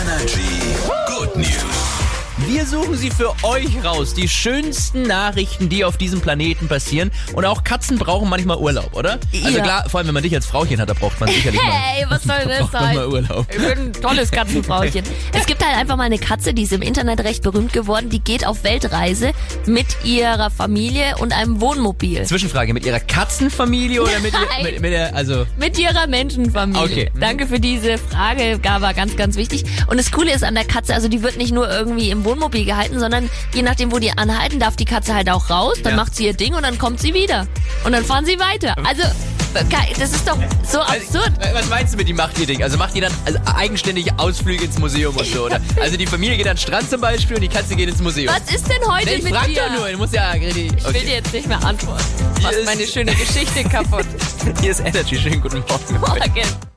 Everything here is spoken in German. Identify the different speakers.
Speaker 1: Energy. Good News.
Speaker 2: Wir suchen sie für euch raus. Die schönsten Nachrichten, die auf diesem Planeten passieren. Und auch Katzen brauchen manchmal Urlaub, oder? Also
Speaker 3: Ja.
Speaker 2: klar, vor allem wenn man dich als Frauchen hat, da braucht man sicherlich mal,
Speaker 3: Hey, was soll das
Speaker 2: braucht man
Speaker 3: sein?
Speaker 2: mal Urlaub.
Speaker 3: Ich bin ein tolles Katzenfrauchen. es gibt halt einfach mal eine Katze, die ist im Internet recht berühmt geworden. Die geht auf Weltreise mit ihrer Familie und einem Wohnmobil.
Speaker 2: Zwischenfrage, mit ihrer Katzenfamilie oder mit, ihr,
Speaker 3: Nein.
Speaker 2: mit, mit der, also,
Speaker 3: Mit ihrer Menschenfamilie.
Speaker 2: Okay. Mhm.
Speaker 3: Danke für diese Frage, war ganz, ganz wichtig. Und das Coole ist an der Katze, also die wird nicht nur irgendwie im Wohnmobil gehalten, sondern je nachdem, wo die anhalten, darf die Katze halt auch raus, dann
Speaker 2: Ja.
Speaker 3: macht sie ihr Ding und dann kommt sie wieder. Und dann fahren sie weiter. Also, das ist doch so
Speaker 2: also
Speaker 3: absurd.
Speaker 2: was meinst du mit, die macht ihr Ding? Also macht die dann also eigenständig Ausflüge ins Museum und so, oder? Also die Familie geht an den Strand zum Beispiel und die Katze geht ins Museum.
Speaker 3: Was ist denn heute
Speaker 2: Nee, ich
Speaker 3: mit
Speaker 2: frag
Speaker 3: dir?
Speaker 2: doch nur, du musst ja, Gredi.
Speaker 3: Ich will dir jetzt nicht mehr antworten. Du
Speaker 2: Hier ist-
Speaker 3: machst meine schöne Geschichte kaputt.
Speaker 2: Hier ist Energy, schönen guten Morgen.
Speaker 3: Morgen.